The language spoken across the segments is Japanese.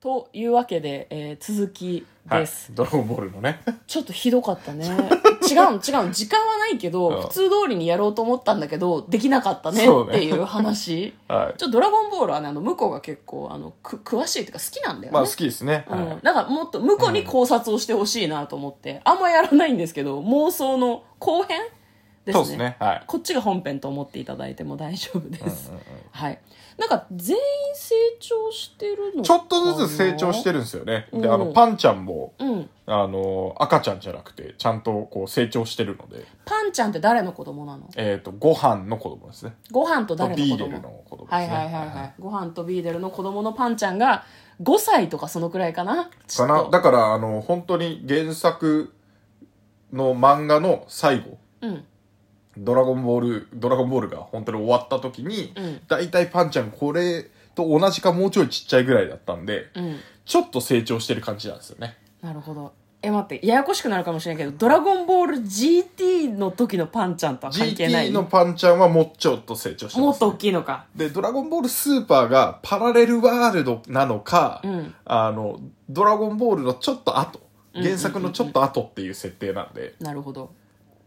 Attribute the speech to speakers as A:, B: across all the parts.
A: というわけで、えー続きです、
B: はい、ドラゴンボールのね
A: ちょっとひどかったね違うの違うの時間はないけ
B: うん
A: ど普通通りにやろうと思ったんだけどできなかったね
B: そうね
A: っていう話
B: は
A: ちょっとドラゴンボールはねあの向こうが結構あのく詳しいっていうか好きなんだ
B: い
A: よね、
B: まあ好きですね、はい
A: うん、だからもっと向こうに考察をしてほしいなと思って、あんまやらないんですけど妄想の後編ですね
B: そうですねはい
A: こっちが本編と思っていただいても大丈夫です、
B: うんうんうん
A: はいなんか全員成長してるの
B: ちょっとずつ成長して
A: る
B: るんですよね。
A: うん
B: で、あの、パンちゃんも、
A: うん
B: あの、赤ちゃんじゃなくて、ちゃんとこう成長してるので、
A: パンちゃんって誰の子供なの
B: えっ、と、ご飯の子供ですね。
A: ご飯と誰の
B: ビ
A: 子
B: ーレル
A: 供
B: の子供ですね。
A: はいはいはいはいご飯とビーデルの子供のパンちゃんが5歳とかそのくらいかなちょ
B: か
A: っ
B: な
A: と
B: だから、あの、本当に原作の漫画の最後、
A: うん
B: ドラゴンボール、ドラゴンボールが本当に終わった時に、
A: うん
B: だいたいパンちゃんこれと同じかもうちょいちっちゃいぐらいだったんで、
A: うん
B: ちょっと成長してる感じなんですよね。
A: なるほどえ待ってややこしくなるかもしれないけど「ドラゴンボール GT」の時のパンちゃんとは関係ない
B: GT のパンちゃんはもうちょっと成長してます、ね。
A: もっと大きいのか
B: で、ドラゴンボールスーパーがパラレルワールドなのか、
A: うん
B: あの、ドラゴンボールのちょっと後、原作のちょっと後っていう設定なんで、
A: なるほど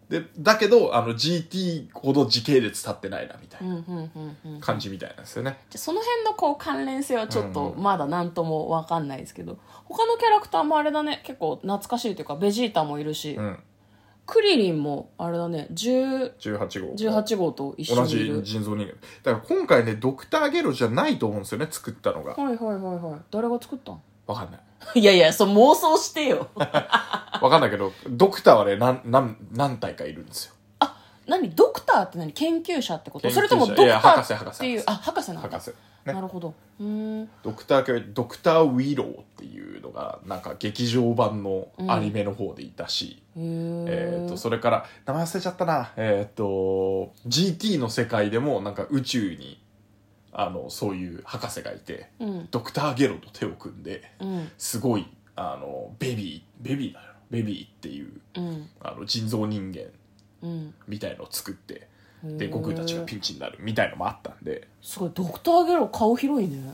B: で、だけど、あの、GT ほど時系列経ってないな、みた
A: う
B: い
A: ん
B: な
A: うんうんうんじゃ
B: 感じみたいなんですよね。
A: あその辺のこう関連性はちょっ
B: う
A: と
B: ん
A: まだ何とも分かんないですけど、他のキャラクターもあれだね結構懐かしいというかベジータもいるし、
B: うん。
A: クリリンもあれだね10
B: 18号。
A: 18号と一緒
B: 同
A: にい
B: じ
A: る
B: 人造人間。だから今回ね、ドクターゲロじゃないと思うんですよね、作ったのが。
A: はいはいはいはい誰が作ったん
B: わかんない。
A: いやいやそう妄想してよ
B: わかんないけど、ドクターはね、なん、なん、何体かいるんですよ。
A: 何ドクターって何研究者ってこと
B: 研究者
A: それともドクタ
B: いや博士
A: ー
B: 博士
A: っていうあ博士なんだ
B: 博士。ね
A: なるほどうーん
B: ドクター系ドクターウィローっていうのがなんか劇場版のアニメの方でいたし、え
A: え
B: ー、とそれから名前忘れちゃったなえっ、と GT の世界でもなんか宇宙にあのそういう博士がいて
A: うん
B: ドクターゲロと手を組んで
A: うん
B: すごいあのベビーベビーだよベビーっていう
A: うん
B: あの人造人間
A: うん
B: みたいのを作って
A: で
B: で悟空たちがピンチになるみたいのもあったんで。
A: すごいドクターゲロ顔広いね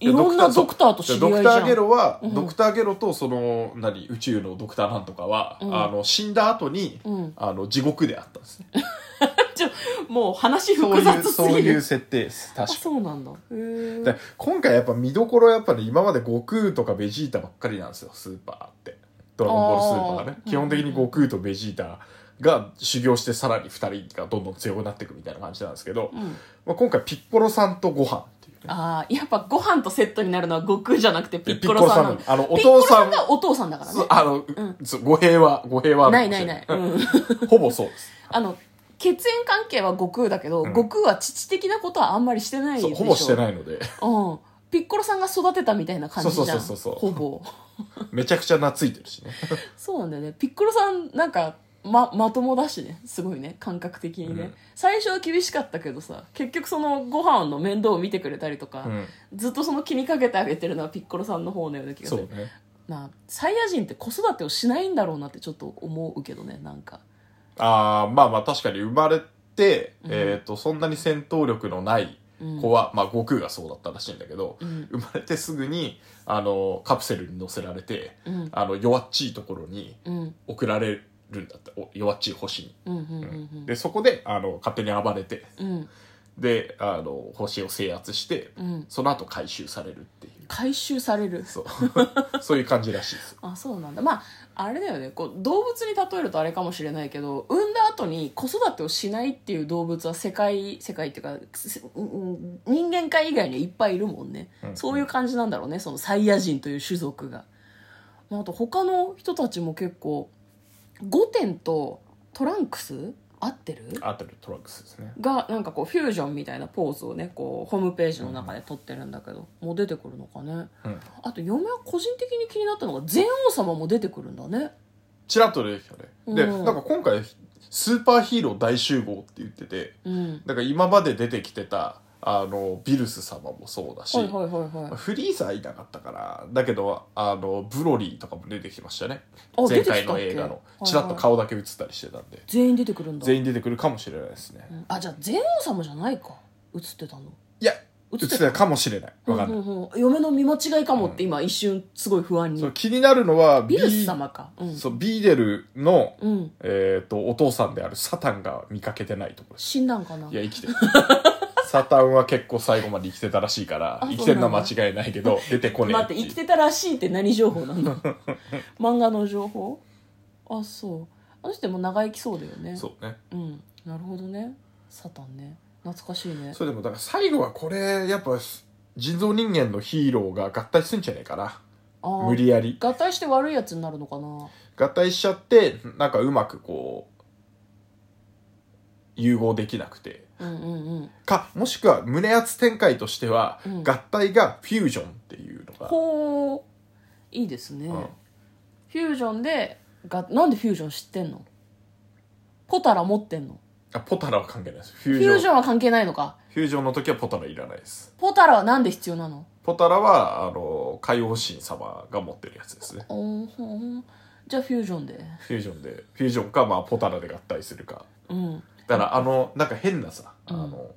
A: い
B: や
A: ろんなドクターと知り合いじゃん
B: ドクターゲロは、
A: うん
B: ドクターゲロとその何宇宙のドクターなんとかは、
A: うん
B: あの死んだ後に、
A: うん
B: あの地獄であったんですね
A: もう話
B: そう
A: 複
B: いう
A: 雑す
B: そう
A: ぎ
B: い
A: る
B: う設定です
A: あ
B: 確か
A: そうなんだへ
B: に
A: え
B: で今回やっぱ見どころはやっぱり今まで悟空とかベジータばっかりなんですよスーパーってドラゴンボールスーパーはね
A: あー
B: 基本的に悟空とベジータが修行してさらに2人がどんどん強くなっていくみたいな感じなんですけど、
A: うん
B: まあ、今回ピッコロさんとご飯っていうね
A: ああやっぱご飯とセットになるのは悟空じゃなくてピッコロさんなの
B: ピッコロさんなのあのお
A: ピッコ
B: 父
A: ロ
B: さ
A: さ
B: ん
A: んがお父さんだから
B: そう
A: ね
B: あの、そう語弊は語弊はある
A: な
B: か
A: いな
B: もし
A: い
B: れ
A: ない、うん、
B: ほぼそうです
A: あの血縁関係は悟空だけど、
B: ん
A: 悟空は父的なことはあんまりしてないで
B: そ
A: し
B: う
A: ょ
B: ほぼしてないので
A: うんピッコロさんが育てたみたいな感じじゃん
B: そうそうそうそう
A: ほぼ
B: めちゃくちゃ懐いてるしね
A: そうなんだよねピッコロさんなんかままともだしねすごいね感覚的にね、
B: うん
A: 最初は厳しかったけどさ結局そのご飯の面倒を見てくれたりとか、
B: うん
A: ずっとその気にかけてあげてるのはピッコロさんの方のような気がす
B: そう
A: る
B: ね
A: まあサイヤ人って子育てをしないんだろうなってちょっと思うけどねなんか
B: ああまあまあ確かに生まれて、
A: うん
B: えっとそんなに戦闘力のない
A: うん
B: 子は、まあ悟空がそうだったらしいんだけど、
A: うん
B: 生まれてすぐにあのカプセルに乗せられて
A: うん
B: あの弱っちいところに
A: うん
B: 送られるんだったお弱っちい星に、
A: うんうんう
B: うん
A: ん
B: でそこであの勝手に暴れて
A: うんうん
B: であの星を制圧して、
A: うん
B: その後回収されるっていう
A: 回収される
B: そう そういう感じらしいです
A: あそうなんだまああれだよねこう動物に例えるとあれかもしれないけど産んだ後に子育てをしないっていう動物は世界世界っていうかせうん人間界以外にはいっぱいいるもんね、
B: うん
A: そういう感じなんだろうねそのサイヤ人という種族が、まあ、あと他の人たちも結構ゴテンとトランクス合ってる
B: アテルトラックスですね
A: がなんかこうフュージョンみたいなポーズをねこうホームページの中で撮ってるんだけど、もう出てくるのかね
B: うん
A: あと嫁は個人的に気になったのが全王様も出てくるんだね
B: ちらっと出てきたね。で、
A: うん
B: なんか今回、スーパーヒーロー大集合って言ってて、
A: うん
B: なんか今まで出てきてた、あの、ビルス様もそうだし、
A: はいはいはいはい
B: フリーザーいなかったから、だけど、あの、ブロリーとかも出てきましたね。
A: あ
B: 前
A: 出て
B: 回
A: きたっ
B: の
A: け
B: 映画の
A: はいは。い
B: ちらっと顔だけ映ったりしてたんで、
A: 全員出てくるんだ
B: 全員出てくるかもしれないですね
A: う。んあじゃあ全王様じゃないか映ってたの
B: いや、
A: 映
B: 映ってたかもしれないわかんな
A: ほ
B: い、
A: うほうほう嫁の見間違いかもって今一瞬すごい不安に、
B: そう気になるのは
A: ビルス
B: ビー
A: 様かうん
B: そうビーデルの、
A: うん
B: えー、とお父さんであるサタンが見かけてないところです
A: 死んだんかない
B: や生き てるサタンは結構最後まで生きてたらしいから
A: あ
B: 生きてるの
A: そう
B: は
A: なん
B: 間違いないけど出てこねえ
A: 待って生きてたらしいって何情報な の漫画の情報あそうあの人でも長生きそうだよね
B: そうね
A: うんなるほどねサタンね懐かしいね
B: それでもだから最後はこれやっぱ人造人間のヒーローが合体するんじゃないかな
A: あー
B: 無理やり
A: 合体して悪いやつになるのかな
B: 合体しちゃってなんかうまくこう融合できなくて
A: うんうんうん
B: かもしくは胸圧展開としては、
A: うん
B: 合体がフュージョンっていうのが、
A: ほういいですね、
B: うん
A: フュージョンでがなんでフュージョン知ってんのポタラ持ってんの
B: あポタラは関係ないですフ
A: フ
B: ュージョ
A: ュ
B: ン
A: ージョンは関係ないのか
B: フュージョンの時はポタラいらないです
A: ポタラはなんで必要なの
B: ポタラはあの海王神様が持ってるやつですね
A: おーほーじゃあフュージョンで
B: フュージョンでフュージョンか、まあ、ポタラで合体するか
A: うん
B: だからあのなんか変なさあの、
A: う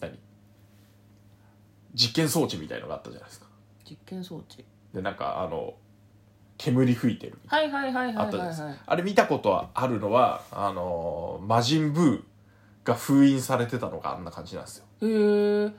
B: 何実験装置みたいのがあったじゃないですか
A: 実験装置
B: でなんかあの煙吹いてるみたい
A: はいはいはい
B: なあ
A: は
B: っ
A: い
B: たじゃ
A: は
B: な
A: い
B: いですか、
A: はい
B: あれ見たことはあるのはあの魔人ブーが封印されてたのがあんな感じなんですよ
A: へえ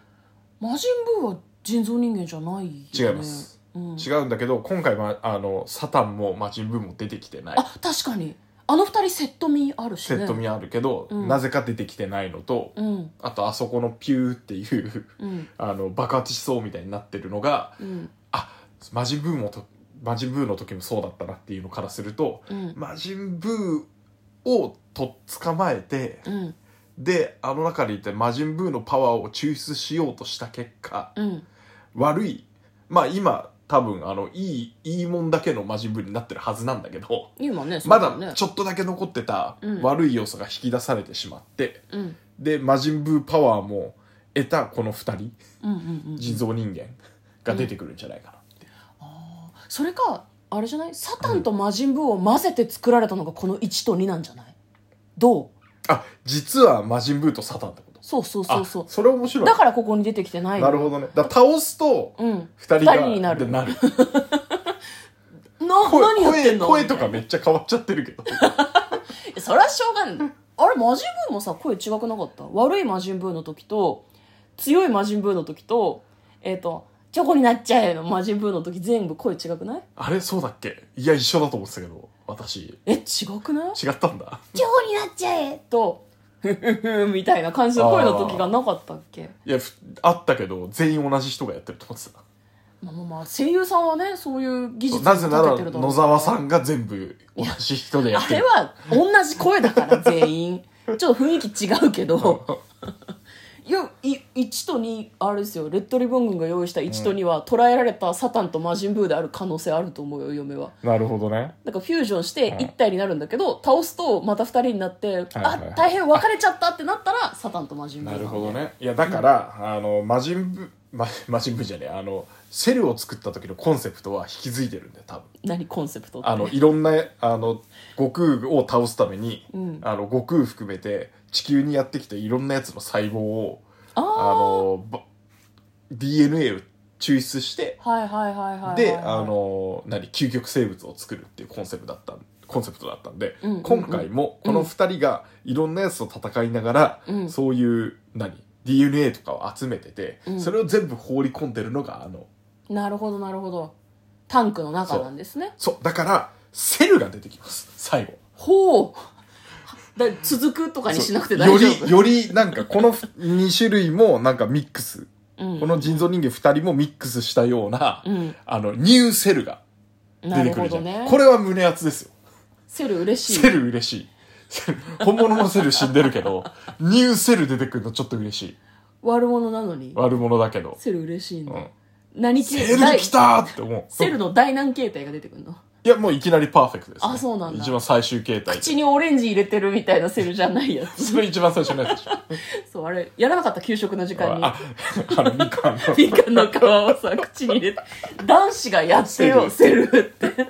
A: 魔人ブーは人造人間じゃないよ、ね、
B: 違います、
A: うん、
B: 違うんだけど今回、ま、あのサタンも魔人ブーも出てきてない
A: あ確かにあの二人セット味あるし
B: セ
A: ね
B: ット見あるけど、
A: うん
B: なぜか出てきてないのと
A: うん
B: あとあそこのピューっていう
A: うん
B: あの爆発しそうみたいになってるのが
A: うん
B: あマジブーもとマジブーの時もそうだったなっていうのからすると
A: うん
B: マジブーをと捕まえて
A: うん
B: であの中にいてマジンブーのパワーを抽出しようとした結果
A: うん
B: 悪いまあ今多分あのいいいいもんだけのマジンブーになってるはずなんだけど
A: 今ね
B: ま
A: そうね
B: だちょっとだけ残ってた
A: うん
B: 悪い要素が引き出されてしまって、
A: うん
B: で魔人ブーパワーも得たこの2人
A: うんうんうん
B: 人造人間が出てくるんじゃないかなって、
A: あーそれかあれじゃないサタンと魔人ブーを混ぜて作られたのがこの1と2なんじゃないどう
B: あ実は魔人ブーとサタンってこと
A: そうそうそうそ
B: あそれ面白
A: う
B: い
A: だからここに出てきてない
B: なるほどねだから倒すと
A: うん
B: 2人が
A: 二人になる
B: でなる
A: な
B: 声
A: 何やってんの
B: 声声とかめっちゃ変わっちゃってるけど
A: いやそれはしょうがないあれ魔人ブーもさ声違くなかった悪い魔人ブーの時と強い魔人ブーの時とえっ、とチョコになっちゃえの魔人ブーの時全部声違くない
B: あれそうだっけいや一緒だと思ってたけど私
A: え違くない
B: 違ったんだ
A: チョコになっちゃえとふふふみたいな感じの声の時がなかったっけ
B: いやふあったけど全員同じ人がやってると思ってた
A: まあまあまあ声優さんはねそういう技術
B: なぜな
A: 長
B: ら
A: けてるだろう
B: 野沢さんが全部同じ人でやっ
A: あ
B: て
A: れ
B: る
A: は同じ声だから全 員ちょっと雰囲気違うけどいやい1と2あれですよレッドリボン軍が用意した1と2は捉えられたサタンと魔人ブーである可能性あると思うよ嫁は
B: なるほどね
A: なんかフュージョンして
B: うん
A: 1体になるんだけど、倒すとまた2人になって、
B: はいはい
A: あ大変別れちゃったってなったらサタンと魔人ブー
B: な
A: だ
B: るほどねいやだから、あの魔人ブ魔魔人ブじゃねえあのセルを作った時のコンセプトは引き継いでるんだよ多分
A: 何コンセプトって
B: あのいろんなあの悟空を倒すために、
A: うん
B: あの悟空含めて地球にやってきたいろんなやつの細胞を
A: あー
B: あのば DNA を抽出して、
A: はいはいはいはいはいはい
B: であの何究極生物を作るっていうコンセプトだったコンセプトだったんで、
A: うんうんうん
B: 今回もこの2人がいろんなやつと戦いながら、
A: うん
B: そういう何 DNA とかを集めてて、
A: うん
B: それを全部放り込んでるのがあの
A: なるほどなるほどタンクの中なんですね
B: そうだからセルが出てきます最後
A: ほうだ続くとかにしなくて大
B: そう
A: 丈
B: よ
A: 夫
B: りよりなんかこの2種類もなんかミックス
A: うん
B: この人造人間2人もミックスしたような、
A: うん
B: あのニューセルが
A: な
B: 出て
A: る
B: く
A: ほ
B: るじ
A: ど
B: ゃん、
A: ね
B: これは胸熱ですよ
A: セル嬉しい
B: セル嬉しい。セル本物のセル死んでるけど、ニューセル出てくるのちょっと嬉しい。
A: 悪者なのに
B: 悪者だけど。
A: セル嬉しいん
B: う
A: だ、
B: ん、
A: 何系
B: セル
A: 第
B: 来たーって思う。
A: セルの大難形態が出てくるの
B: いや、もういきなりパーフェクトです、
A: あそうなんだ
B: 一番最終形態。
A: 口にオレンジ入れてるみたいなセルじゃない やつ
B: それ一番最初のやつでしょ。
A: そうあれやらなかった給食の時間に
B: あ、あの、みかんの。
A: ピカの皮をさ口に入 れて男子がやってよセルって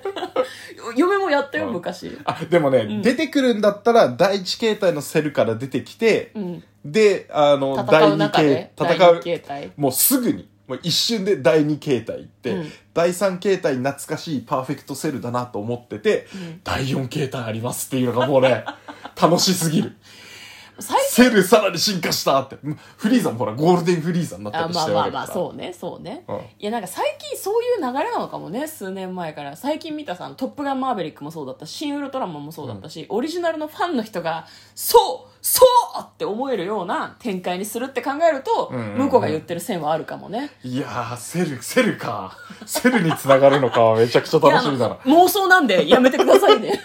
A: 嫁もやったよ
B: うん
A: 昔
B: あ、でもね、出てくるんだったら、第一形態のセルから出てきて、
A: うん
B: で、あの、
A: 戦
B: 第
A: う
B: 二
A: 中
B: 形
A: で、
B: 戦う
A: 第二、形態
B: もうすぐに、もう一瞬で第2形態行って、
A: うん
B: 第3形態懐かしいパーフェクトセルだなと思ってて、第4形態ありますっていうのがもうね、 楽しすぎる。
A: 最
B: セルさらに進化したって。フリーザもほら、ゴールデンフリーザになった
A: あ
B: り
A: ま
B: し
A: あ
B: て
A: まあまあそうねそうね、
B: うん
A: いやなんか最近そういう流れなのかもね数年前から最近見たさ「トップガンマーベリック」もそうだったし「シン・ウルトラマン」もそうだったし、オリジナルのファンの人が「そうそう!」って思えるような展開にするって考えると、
B: うんうんうん
A: 向こうが言ってる線はあるかもね
B: いやー、セル、セルか。セルに繋がるのかはめちゃくちゃ楽しみだ
A: いや
B: な。
A: あの妄想なんでやめてください ね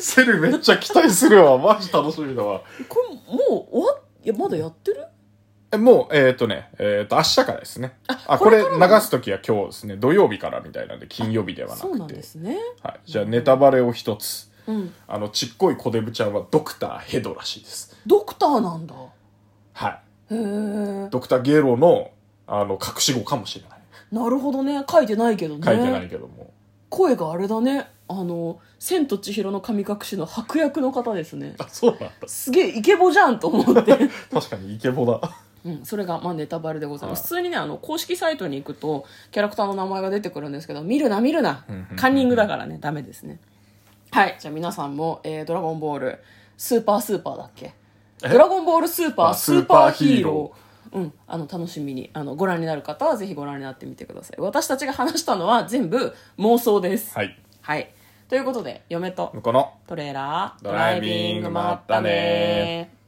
B: セルめっちゃ期待するわ。マジ楽しみだわ。
A: これもう終わっいやまだやってる
B: えもう、えっ、とね、えっ、と、明日からですね。
A: あ
B: あ、これ
A: こ
B: 流
A: れからなの
B: すときは今日ですね、土曜日からみたいなんで、金曜日ではなくて。
A: そうなんですね
B: はい。じゃあ、ネタバレを一つ。
A: うん
B: あの、ちっこいコデブちゃんはドクターヘドらしいです。
A: ドクターなんだ
B: はい。
A: へえ
B: ドクターゲロの、あの、隠し子かもしれない。
A: なるほどね書いてないけどね
B: 書いてないけども。
A: 声があれだねあの「千と千尋の神隠し」の白役の方ですね
B: あ、そうなんだ。
A: すげえイケボじゃんと思 って、
B: 確かにイケボだ。
A: うん、それがまあネタバレでございます
B: はい
A: 普通にねあの公式サイトに行くとキャラクターの名前が出てくるんですけど見るな見るな
B: うんうんうん
A: カンニングだからねダメですねはいじゃあ皆さんも「えードラゴンボールスーパースーパー」だっけ「
B: え
A: ドラゴンボールスーパー
B: あ
A: スーパーヒ
B: スーパー
A: ー
B: ヒーロ
A: ロー」うん、あの楽しみにあのご覧になる方はぜひご覧になってみてください私たちが話したのは全部妄想です
B: はい。
A: はい。ということで、嫁と
B: この、
A: トレーラー、
B: ドライビング
A: ま
B: まったね
A: ー